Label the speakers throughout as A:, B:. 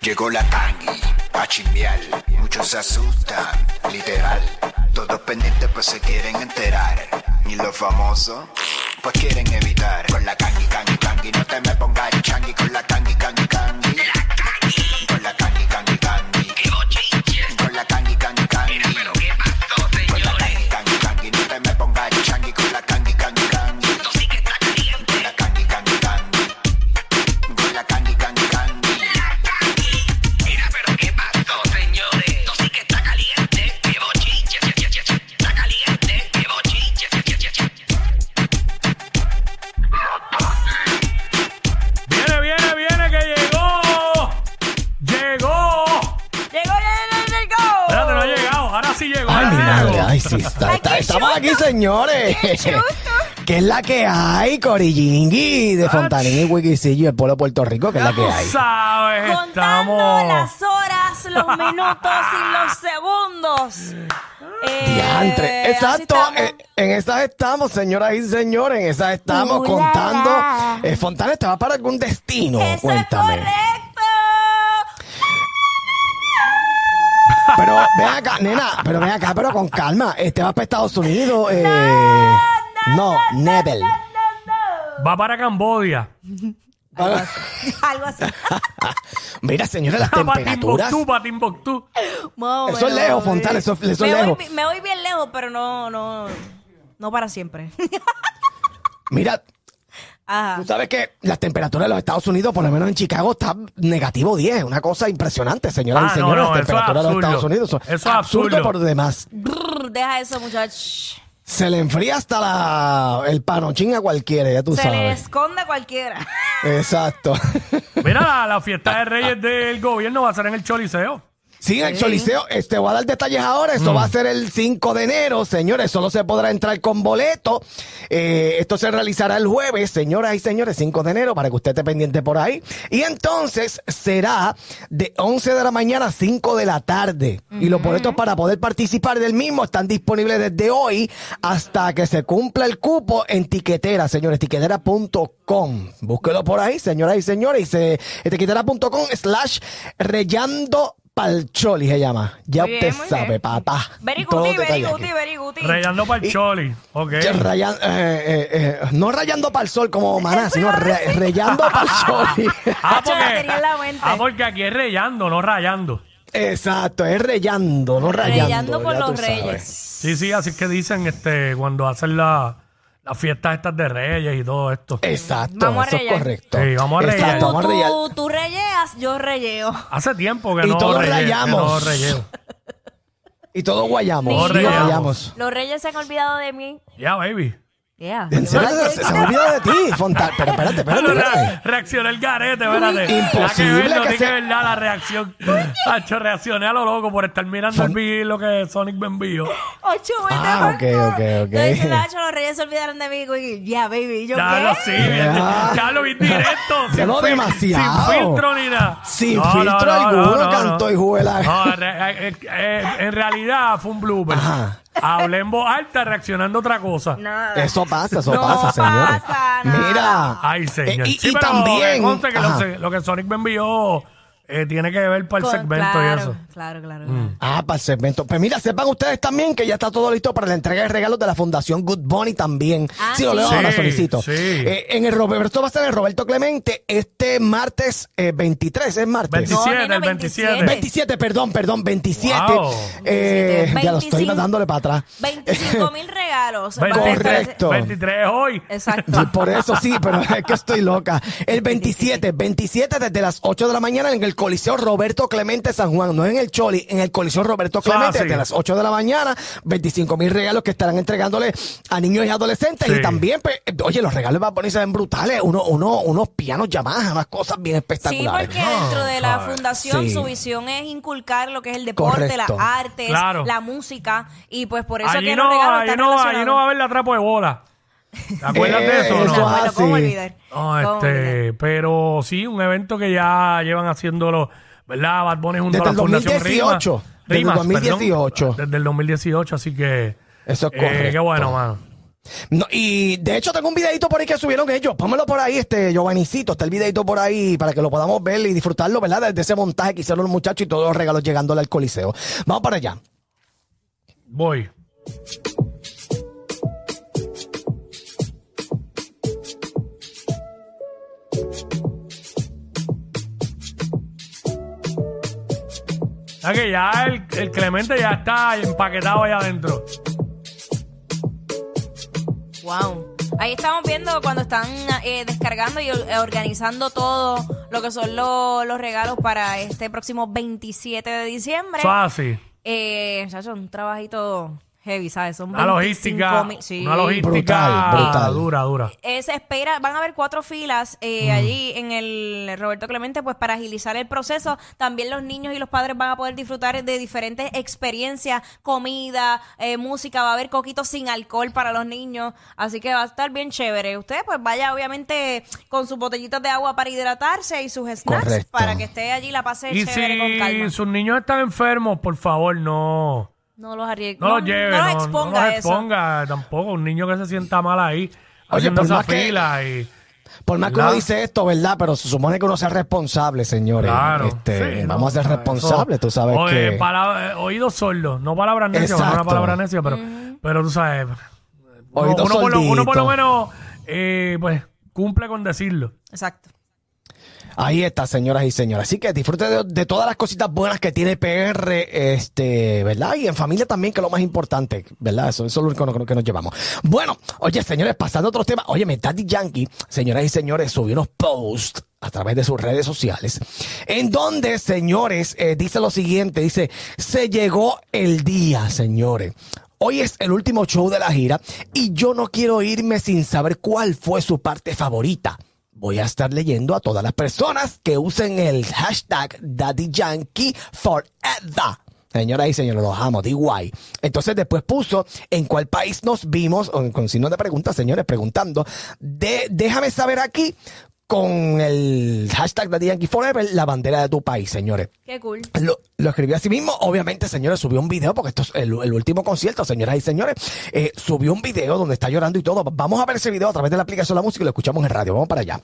A: Llegó la tangi a chimbiar, muchos se asustan, literal. Todos pendientes pues se quieren enterar. Y los famosos pues quieren evitar. Con la tangi, tangi, tangi, no te me pongas changi. Con la tangi, tangi, tangi. Con la tangi, tangi, tangi. Con la tangi, tangi, tangi. Con la tangi, tangi, tangi, no te me pongas changi. Con la tangi, tangi, tangi. Con la tangi, tangi, tangi. Con la tangi, tangi, tangi.
B: Mira, pero qué pasó, señores. Esto sí que está caliente. Qué bochiche, che, che, che, che. Está caliente. Qué bochiche, che, che, che, che.
C: Viene, viene, viene, que llegó. Llegó.
D: Llegó ya en el go.
C: Espérate, no ha llegado. Ahora sí llegó.
E: Ay,
C: ahora
E: mi
C: sí
E: madre,
C: llegó.
E: ay, sí, está-
D: Ay,
E: está-
D: qué
E: estamos aquí,
D: susto.
E: señores.
D: Qué susto.
E: ¿Qué es la que hay, Corillingui? De Fontanín y Wikisillo, el pueblo de Puerto Rico, ¿qué es la que
C: Tú
E: hay?
C: sabes,
D: Contando
C: estamos.
D: las horas, los minutos y los segundos. Eh,
E: Diantre.
D: así
E: Exacto,
D: estamos.
E: eh, en esas estamos, señoras y señores, en esas estamos
D: Uh, la,
E: contando.
D: la.
E: Eh, Fontanes, ¿te vas para algún destino?
D: Eso
E: Cuéntame.
D: es correcto.
E: Pero ven acá, nena, pero ven acá, pero con calma. Eh, ¿Te vas para Estados Unidos? eh, no, Nebel.
C: Va para Cambodia.
D: Algo así.
E: Mira, señores, las
C: Para
E: temperaturas.
C: Timbuktu, para Timbuktu.
D: Más o
E: Eso es
D: menos,
E: lejos,
D: eh.
E: Fontana, eso- eso es
D: me
E: lejos.
D: Voy, bi- me voy bien lejos, pero no, no, no para siempre.
E: Mira,
D: Ajá.
E: Tú sabes que las temperaturas de los Estados Unidos, por lo menos en Chicago, está negativo 10. Una cosa impresionante, señoras
C: Ah,
E: y
C: no,
E: señores.
C: no, eso
E: las
C: es
E: temperaturas de los
C: absurdo.
E: Estados Unidos son
C: Eso es absurdo.
E: por demás.
D: Brr, Deja eso, muchachos.
E: Se le enfría hasta la, el panochín a cualquiera, ya tú
D: Se le
E: sabes.
D: esconde a cualquiera.
E: Exacto.
C: Mira, la, la fiesta de reyes del gobierno va a ser en el Choliseo.
E: Sí, en el Choliseo, eh, te voy a dar detalles ahora. Eso va a ser el 5 de enero, señores. Solo se podrá entrar con boleto. Eh, esto se realizará el jueves, señoras y señores, 5 de enero, para que usted esté pendiente por ahí. Y entonces será de 11 de la mañana a 5 de la tarde. Y los boletos para poder participar del mismo están disponibles desde hoy hasta que se cumpla el cupo en tiquetera, señores, tiquetera.com. Búsquelo por ahí, señoras y señores. Y se- eh, Tiquetera.com slash rellando. Palcholi se llama. Ya
D: Muy bien,
E: usted
D: muy
E: sabe,
D: bien.
E: papá.
D: Very
E: Todo
D: guti, very
E: detalle
D: guti,
E: aquí.
D: very guti.
C: Rayando para el
E: Y-
C: Choli. Ok.
E: Ya rayan- eh, eh, eh, no rayando para el sol como maná,
D: Eso
E: sino
D: iba a
E: re-
D: decir.
E: rayando para el sol.
C: Ah,
D: Chacho, la tenía en la mente.
C: ah, porque aquí es reyando, no rayando.
E: Exacto, es rayando, no rayando.
D: Reyando por
E: ya tú
D: los
E: sabes.
D: reyes.
C: Sí, sí, así es que dicen este, cuando hacen la- las fiestas estas de reyes y todo esto.
E: Exacto,
D: Vamos a
E: eso es
D: rayar.
E: correcto.
C: Sí, vamos a rayar.
E: Exacto,
D: Como
E: vamos a rayar.
D: tú, tú relleas, yo relleo.
C: Hace tiempo que
E: Y
C: no
E: todos
C: reye- que
E: rayamos.
C: no reyeo.
E: Y todos guayamos.
C: Todos
E: todos
C: rayamos.
E: guayamos.
D: Los reyes se han olvidado de mí.
C: Ya, baby.
D: Yeah.
E: ¿En serio? Se, se me olvida de ti, Fontal. Pero espérate, espérate, espérate.
C: Reaccionó el garete, espérate.
E: Ah, Imposible
C: La que, ver, no
E: que
C: tiene
E: sea-
C: que ver nada la reacción. Hacho, reaccioné a lo loco por estar mirando el video que Sonic me envió.
D: Ocho veces
E: Ah,
D: por
E: ok,
D: favor.
E: ok, ok.
D: Entonces, Nacho, los reyes se olvidaron de mí. Y ya, baby. Y yo,
C: Ya lo
D: ¿qué?
C: sí, bien,
E: Ya.
C: ya lo vi directo.
E: Ya lo
C: fil-
E: demasiado.
C: Sin filtro ni nada.
E: Sin filtro alguno, cantó y juela.
C: No, re- eh, eh, eh, en realidad fue un blooper.
E: Ajá.
C: Hablé en voz alta reaccionando a otra cosa.
D: Nada.
E: Eso pasa, eso
D: No
E: pasa, señores.
D: pasa nada.
E: Mira.
C: Ay, señor.
E: Eh, y
C: Sí,
E: y
C: pero que
E: también.
C: conste que lo,
E: Ajá.
C: se- lo que Sonic me envió eh, tiene que ver para el
D: Con-
C: segmento
D: claro,
C: y eso. Mm.
D: Claro, claro.
E: Ah, para el segmento. Pues mira, sepan ustedes también que ya está todo listo para la entrega de regalos de la Fundación Good Bunny también.
D: Ah,
E: si lo
D: sí.
E: leo ahora,
C: Sí,
E: solicito.
C: sí.
E: Eh, en el Roberto, esto va a ser en el Roberto Clemente este martes eh, 23, es martes.
C: 27,
D: nena,
C: el 27.
E: 27, perdón, perdón, 27.
C: Wow.
E: Eh,
D: 27,
E: ya lo estoy
D: 25.
E: dándole para atrás.
D: 25 mil regalos.
C: Veinte-
D: Vale, entonces-
E: Correcto.
C: 23 hoy.
E: Y
D: Exacto.
E: por eso sí, pero es que estoy loca. El 27, 27 desde las 8 de la mañana en el el Coliseo Roberto Clemente San Juan, no en el Choli, en el Coliseo Roberto Clemente,
C: Ah, sí.
E: desde las 8 de la mañana, 25 mil regalos que estarán entregándole a niños y adolescentes.
C: Sí.
E: Y también, pues, oye, los regalos de a poner se ven brutales, uno, uno, unos pianos Yamaha, unas cosas bien
D: Sí,
E: espectaculares.
D: porque dentro de la fundación
E: Sí.
D: su visión es inculcar lo que es el deporte,
E: Correcto.
D: las artes,
C: Claro.
D: la música y pues por eso es
C: Allí
D: que los regalos
C: no, allí
D: están
C: no, allí
D: relacionados.
C: no va a haber la trapo de bola. ¿Te acuerdas de eso? o
E: eso
C: no?
E: hace-
D: Bueno, ¿cómo
E: Ah, sí.
D: olvidar?
C: No,
D: ¿Cómo olvidar?
C: este, pero sí, un evento que ya llevan haciéndolo, ¿verdad? Bad Bunny junto
E: Desde
C: a
E: el
C: la Fundación
E: 2018,
C: Rimas.
E: desde el
C: Rimas, perdón.
E: 2018.
C: desde el 2018, así que...
E: Eso es
C: eh, qué
E: correcto.
C: bueno, mano.
E: No, y de hecho tengo un videito por ahí que subieron ellos. Pónmelo por ahí, este Giovanicito. Está el videito por ahí para que lo podamos ver y disfrutarlo, ¿verdad? Desde ese montaje que hicieron los muchachos y todos los regalos llegándole al coliseo. Vamos para allá.
C: Voy. Ya Ah, que ya el, el Clemente ya está empaquetado allá adentro.
D: Wow. Ahí estamos viendo cuando están eh, descargando y or- eh, organizando todo lo que son lo- los regalos para este próximo 27 de diciembre.
C: Eso es así.
D: Eh, chacho, un trabajito heavy, ¿sabes? Son
C: Una logística.
D: 25.000, sí.
C: Una logística
E: Brutal, brutal.
C: dura, dura.
D: Eh, se espera, van a haber cuatro filas eh, allí en el Roberto Clemente, pues para agilizar el proceso. También los niños y los padres van a poder disfrutar de diferentes experiencias, comida, eh, música, va a haber coquitos sin alcohol para los niños, así que va a estar bien chévere. Usted pues vaya obviamente con sus botellitas de agua para hidratarse y sus snacks
E: Correcto.
D: para que esté allí la pase
C: Y
D: chévere con calma.
C: si sus niños están enfermos, por favor, no.
D: No los arriesgue,
C: No, los lleve,
D: no los
C: no,
D: exponga
C: no
D: a
C: los
D: eso.
C: exponga tampoco. Un niño que se sienta mal ahí, haciendo
E: por
C: esa
E: más que-
C: fila y...
E: Por más que
C: ¿Verdad?
E: uno dice esto, ¿verdad? Pero se supone que uno sea responsable, señores.
C: Claro.
E: Este,
C: Sí,
E: vamos
C: no,
E: a ser
C: eso-
E: responsables, tú sabes
C: o, eh,
E: que...
C: palabra- eh, oídos sordos, no palabras necias, porque no es una
E: Exacto.
C: palabra necia, pero, pero tú sabes. uno-
E: Oídos
C: uno, por lo, uno por lo
E: sorditos.
C: menos, eh, pues, cumple con decirlo.
D: Exacto.
E: Ahí está, señoras y señores. Así que disfrute de, de todas las cositas buenas que tiene PR, este, ¿verdad? Y en familia también, que es lo más importante, ¿verdad? Eso, eso es lo único que, que nos llevamos. Bueno, oye, señores, pasando a otros temas. Oye, mi Daddy Yankee, señoras y señores, subió unos posts a través de sus redes sociales, en donde, señores, eh, dice lo siguiente, dice, se llegó el día, señores. Hoy es el último show de la gira y yo no quiero irme sin saber cuál fue su parte favorita. Voy a estar leyendo a todas las personas que usen el hashtag Daddy Yankee Forever. Señoras y señores, los amo, DY. Entonces después puso en cuál país nos vimos, o con signos de pregunta, señores, preguntando. De, déjame saber aquí con el hashtag Daddy Yankee Forever la bandera de tu país, señores.
D: Qué cool.
E: Lo, lo escribió así mismo. Obviamente, señores, subió un video, porque esto es el, el último concierto, señoras y señores. Eh, subió un video donde está llorando y todo. Vamos a ver ese video a través de la aplicación de la música y lo escuchamos en radio. Vamos para allá.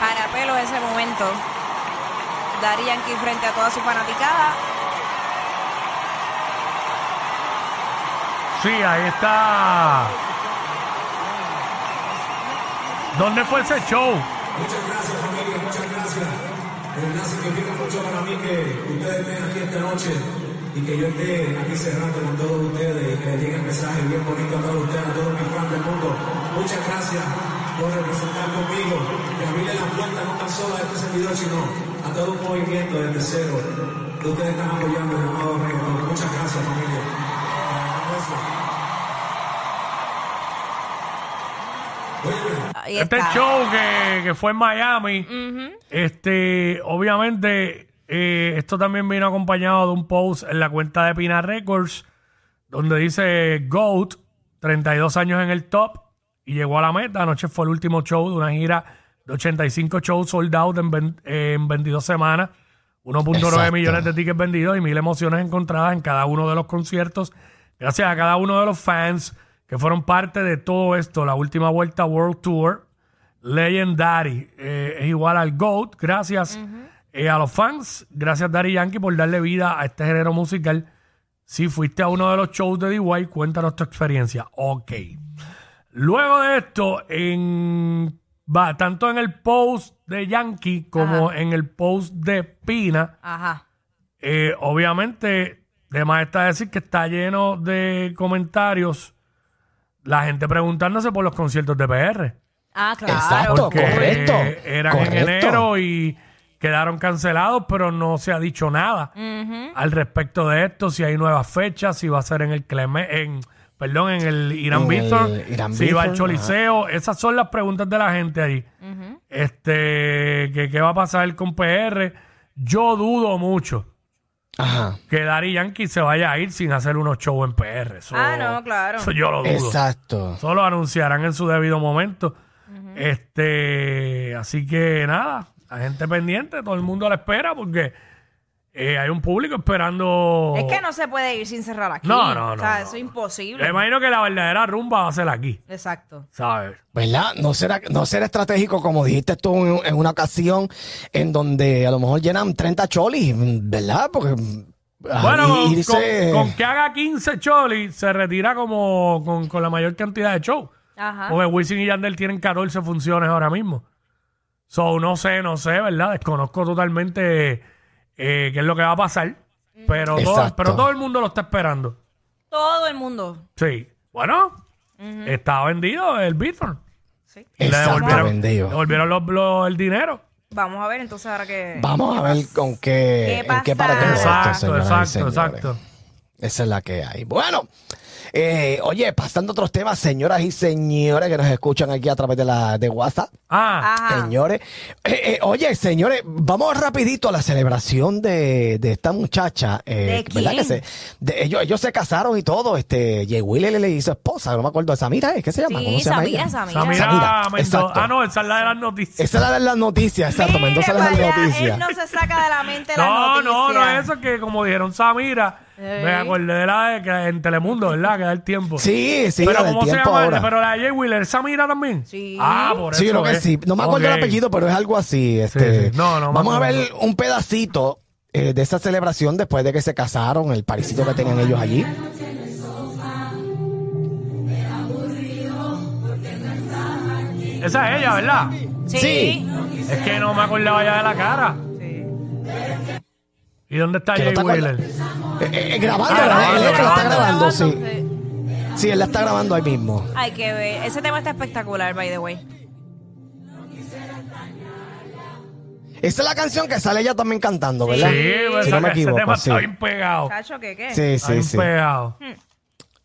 D: Para pelo ese momento. Daddy Yankee frente a toda su fanaticada.
C: Sí, ahí está. ¿Dónde fue ese show?
D: Ahí
C: Este
D: está.
C: show que, que fue en Miami, este, obviamente, eh, esto también vino acompañado de un post en la cuenta de Pina Records, donde dice GOAT, 32 años en el top, y llegó a la meta. Anoche fue el último show de una gira de 85 shows sold out en, vein- eh, en 22 semanas. 1.9
E: Exacto.
C: millones de tickets vendidos y mil emociones encontradas en cada uno de los conciertos. Gracias a cada uno de los fans que fueron parte de todo esto. La última vuelta World Tour, Legendary, eh, es igual al GOAT. Gracias eh, a los fans. Gracias, Daddy Yankee, por darle vida a este género musical. Si fuiste a uno de los shows de DY, cuéntanos tu experiencia. Ok. Luego de esto, en va tanto en el post de Yankee como en el post de Pina.
D: Ajá.
C: Eh, obviamente, de más está decir que está lleno de comentarios. La gente preguntándose por los conciertos de PR.
D: Ah, claro.
E: Exacto.
C: porque
E: correcto,
C: Eran en
E: correcto.
C: enero y quedaron cancelados, pero no se ha dicho nada al respecto de esto, si hay nuevas fechas, si va a ser en el Clemen, en, perdón, en el Irán
E: En el
C: Víctor,
E: Irán
C: si va al
E: Víctor,
C: Choliseo. Esas son las preguntas de la gente ahí. Este, que qué va a pasar con PR. Yo dudo mucho
E: Ajá.
C: que Dari Yankee se vaya a ir sin hacer unos shows en PR. Eso-
D: Ah, no, claro.
C: Eso yo lo dudo.
E: Exacto.
C: Solo anunciarán en su debido momento. Este, así que nada, la gente pendiente, todo el mundo a la espera porque eh, hay un público esperando.
D: Es que no se puede ir sin cerrar aquí.
C: No, no,
D: O sea,
C: no,
D: eso
C: no.
D: es imposible.
C: Yo imagino que la verdadera rumba va a ser aquí,
D: Exacto.
C: ¿sabes?
E: ¿Verdad? No será, no será estratégico, como dijiste tú en, en una ocasión, en donde a lo mejor llenan 30 cholis, ¿verdad? Porque. ah,
C: Bueno,
E: y-
C: con-
E: irse-
C: con, que haga 15 choli, se retira como con, con la mayor cantidad de show.
D: Ajá.
C: Porque Wisin y Yandel tienen 14 funciones ahora mismo. So, no sé, no sé, ¿verdad? Desconozco totalmente eh, qué es lo que va a pasar. Pero todo,
E: Exacto.
C: pero todo el mundo lo está esperando.
D: Todo el mundo.
C: Sí. Bueno, estaba vendido el Bitcoin.
D: Sí.
C: Y le
E: Exacto,
C: devolvieron,
E: vendido.
C: devolvieron los- los- el dinero.
D: Vamos a ver entonces ahora que.
E: Vamos a ver con
D: ¿Qué
E: qué, en qué
D: pasa?
E: para todo esto,
C: Exacto,
E: señoras y
C: exacto,
E: señores.
C: exacto.
E: Esa es la que hay. Bueno, eh, oye, pasando a otros temas, señoras y señores que nos escuchan aquí a través de la de WhatsApp.
C: Ah,
D: Ajá.
E: Señores, eh, eh, oye, señores, vamos rapidito a la celebración de, de esta muchacha. eh,
D: ¿De
E: ¿Verdad
D: quién?
E: que se, de- ellos, ellos se casaron y todo. Este, Jay Willy le, le hizo esposa, no me acuerdo. Samira, ¿eh? ¿qué se llama? ¿Cómo
D: Sí,
E: se llama
D: Samira,
E: ella?
D: Samira.
C: Samira
E: Samira,
C: Mendoza.
E: exacto.
C: Ah, no, esa es la de las noticias.
E: Esa es la de las noticias, exacto.
D: Mire
E: Mendoza
D: para
E: las
D: allá,
E: noticias.
D: Él no se saca de la mente la
C: No, no, no es
D: noticia.
C: eso que como dijeron Samira, me
D: Ey.
C: acordé de la de que en Telemundo, ¿verdad? Que da el tiempo.
E: Sí, sí,
C: pero
E: la del
C: ¿cómo se
E: tiempo
C: llama?
E: ahora.
C: Pero la de Jay Wheeler, ¿esa mira también?
D: Sí.
C: Ah, por eso
E: Sí, yo creo que
C: es.
E: sí. No me acuerdo
C: Ok.
E: el apellido, pero es algo así. Este,
C: sí. No, no me
E: Vamos a
C: acuerdo.
E: ver un pedacito eh, de esa celebración después de que se casaron, el parisito que tenían ellos allí.
C: Esa es ella, ¿verdad?
D: Sí.
E: Sí.
C: Es que no me acordaba ya de la cara.
D: Sí.
C: ¿Y dónde está
E: Que no
C: Jay
E: te acuerdas.
C: Wheeler?
E: Eh, eh, grabando,
C: Ah,
E: ¿verdad?
C: grabando,
E: él es que la está
D: grabando,
E: grabando, sí.
D: sí.
E: Sí, él la está grabando ahí mismo.
D: Hay que ver. Ese tema está espectacular, by the way.
E: Esa es la canción que sale ella también cantando,
C: Sí,
E: ¿verdad?
C: pues,
E: si no me
C: ese tema
E: equivoco, sí.
C: está bien pegado.
D: Cacho, ¿qué qué?
E: Oh. Sí,
C: Está bien
E: sí, sí.
C: pegado.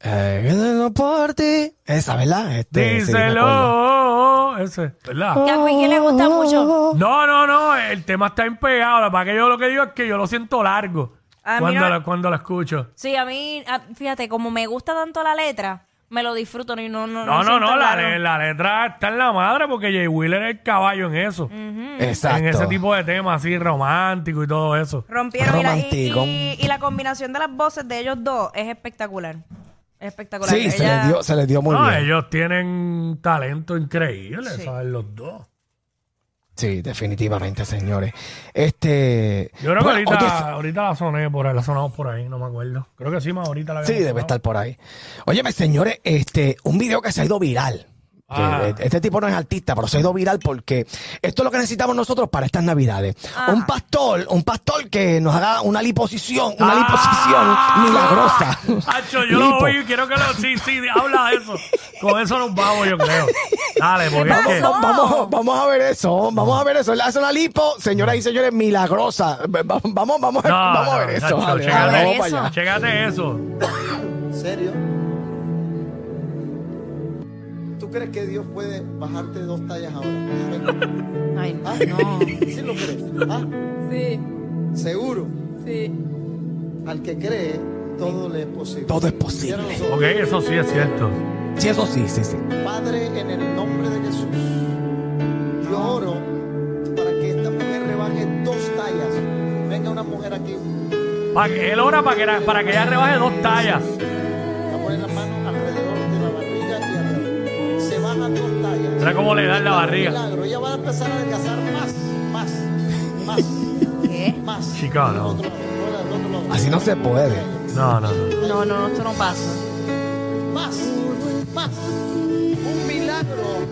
E: Eh, no por ti. Esa, ¿verdad? Este, sí, me acuerdo. Oh.
C: Díselo, ese, ¿verdad?
D: Que a Quickie le gusta mucho.
C: No, no, no, el tema está bien pegado. Para que yo lo que digo es que yo lo siento largo
D: A mí
C: cuando,
D: no-
C: la, cuando la escucho.
D: Sí, a mí, a- fíjate, como me gusta tanto la letra, me lo disfruto. No, no,
C: No,
D: no,
C: no,
D: siento
C: no, la,
D: raro.
C: le- la letra está en la madre porque Jay Wheeler es el caballo en eso.
D: Mm.
E: Exacto.
C: Mm, En ese tipo de temas así romántico y todo eso.
D: Rompieron y la, y-
E: Romanticón.
D: y- y la combinación de las voces de ellos dos es espectacular. Es espectacular.
E: Sí, se
D: Ella-
E: le dio, se le dio muy
C: no,
E: bien.
C: Ah, ellos tienen talento increíble,
D: Sí.
C: ¿sabes? Los dos.
E: Sí, definitivamente, señores. Este.
C: Yo creo
E: bueno,
C: que ahorita,
E: oye,
C: ahorita la soné por ahí, la sonamos por ahí, no me acuerdo. Creo que sí, más ahorita la
E: sí,
C: habíamos
E: debe
C: sonado.
E: estar por ahí. Óyeme, señores, este, un video que se ha ido viral. Que,
C: Ah.
E: eh, Este tipo no es artista, pero se ha ido viral porque esto es lo que necesitamos nosotros para estas navidades. Un pastor, un pastor que nos haga una liposición, una
C: Ah.
E: liposición milagrosa.
C: Hacho, yo lo
E: Lipo.
C: oí y quiero que lo. Sí, sí, habla de eso. Con eso nos vamos, yo creo. Dale, porque es
D: pasó?
C: que.
D: No.
E: Vamos, vamos a ver eso, vamos a ver eso. Él hace una lipo, señoras y señores, milagrosa. Va- va- Vamos, vamos, a-
C: No,
E: vamos a
C: no,
E: ver eso.
C: Hacho,
E: vale,
C: chécate
E: vale, vamos
D: eso.
E: para allá.
C: Chégate eso.
F: serio? ¿Tú crees que Dios puede bajarte dos tallas ahora?
D: Ay,
F: ¿Ah?
D: no.
F: ¿Sí lo crees? ¿Ah? Sí. ¿Seguro? Sí. Al que cree, todo le es posible.
E: Todo es posible.
F: Cierra los ojos.
C: Ok, eso sí es cierto.
E: Sí, eso sí, sí, sí.
F: Padre, en el nombre de Jesús, yo oro para que esta mujer rebaje dos tallas. Venga una mujer aquí,
C: Pa que, él ora para que, la- para que ya rebaje dos tallas.
F: a poner la mano alrededor de la barriga y alrededor. Se bajan dos tallas.
C: Mira cómo le dan la barriga.
F: Milagro, ella va a empezar a adelgazar más, más, más,
D: ¿Qué?
F: más.
C: Chica,
F: Del
C: no.
F: otro lado, no, del otro lado.
E: Así no se puede.
C: No, no, no.
D: No, no, no, esto no pasa.
F: Más, más. Un milagro.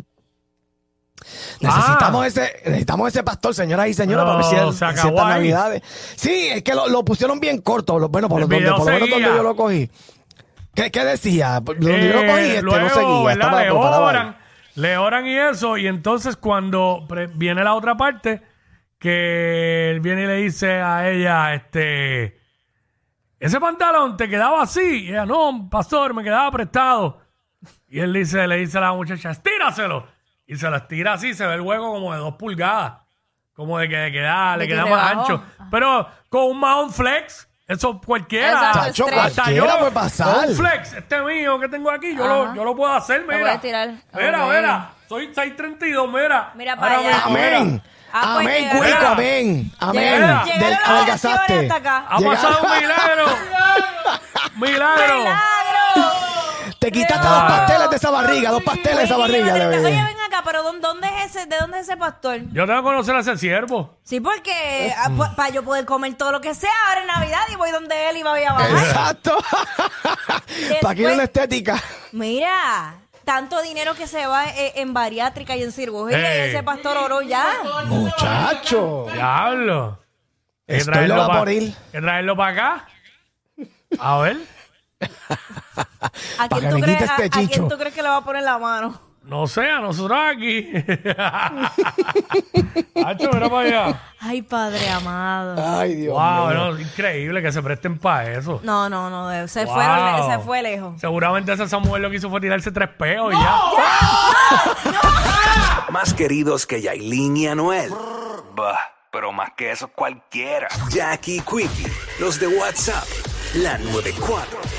E: Necesitamos, ese, necesitamos ese pastor, señoras y señores,
C: Ah. No,
E: para ver si él-
C: se
E: si
C: acabó
E: estas
C: ahí.
E: navidades. Sí, es que lo, lo pusieron bien corto, lo- bueno, por,
C: El
E: lo, donde,
C: video
E: por lo menos donde
C: seguía.
E: yo lo cogí. ¿Qué, qué decía? Donde yo lo
C: Eh,
E: cogí, este
C: luego,
E: no seguía,
C: ¿verdad?
E: estaba
C: le
E: preparado ahí.
C: oran, le oran y eso, y entonces cuando pre- viene la otra parte, que él viene y le dice a ella, este, ese pantalón te quedaba así, y ella, no, pastor, me quedaba prestado. Y él dice, le dice a la muchacha, estíraselo. Y se lo estira así, se ve el hueco como de dos pulgadas. Como de que le queda, le
D: De que
C: queda
D: le
C: más
D: bajó.
C: ancho. Pero con un mount flex, eso cualquiera.
D: Exacto,
E: Chacho,
D: Tres.
C: Hasta yo,
E: cualquiera puede pasar.
C: Con flex, este mío que tengo aquí, yo,
D: Ajá.
C: lo, yo lo puedo hacer, mira.
D: puedes tirar.
C: Mira,
D: Ok.
C: mira, soy 632, mira.
D: Mira
C: Ahora
D: para allá.
C: mismo, mira.
E: Amén.
D: Ah, pues
E: amén,
D: llegaron.
E: cuico, amén. Amén.
C: Llegaron. Ah,
E: Del-
D: Llegaron las
E: algazaste.
D: oraciones hasta acá.
C: Ha pasado un milagro. milagro.
D: ¡Milagro!
E: Te quitaste dos pasteles de esa barriga, dos pasteles de esa
D: Oye,
E: barriga. de
D: Margarita, Oye,
E: bebé.
D: ven acá, pero ¿dó- ¿dónde es ese, ¿de dónde es ese pastor?
C: Yo tengo que conocer a ese siervo.
D: Sí, porque para yo poder comer todo lo que sea ahora en Navidad y voy donde él y voy a bajar.
E: Exacto. Para aquí hay una estética.
D: Mira, tanto dinero que se va eh, en bariátrica y en cirugía
C: Ey.
D: y ese pastor oró ya.
E: Muchacho.
C: Diablo. Hay que
E: Estoy
C: traerlo
E: lo va a
C: pa-
E: morir.
C: hay que traerlo para acá. A ver.
D: ¿A
E: Pa' que
D: quién, tú
E: me
D: crees,
E: quite
D: a-
E: este
D: a quién
E: chicho.
D: tú crees que le va a poner la mano?
C: No sé, a nosotros aquí. Hacho, mira para allá.
D: Ay, padre amado.
E: Ay, Dios
C: Wow,
E: mío.
C: no, increíble que se presten para eso.
D: No, no, no, de- se,
C: Wow.
D: fue, le- se fue lejos.
C: Seguramente esa Samuel lo que hizo fue tirarse tres peos y ya.
G: Más queridos que Yailin y Anuel.
A: Bah, pero más que eso cualquiera.
G: Jackie Quickie, los de WhatsApp, la 94.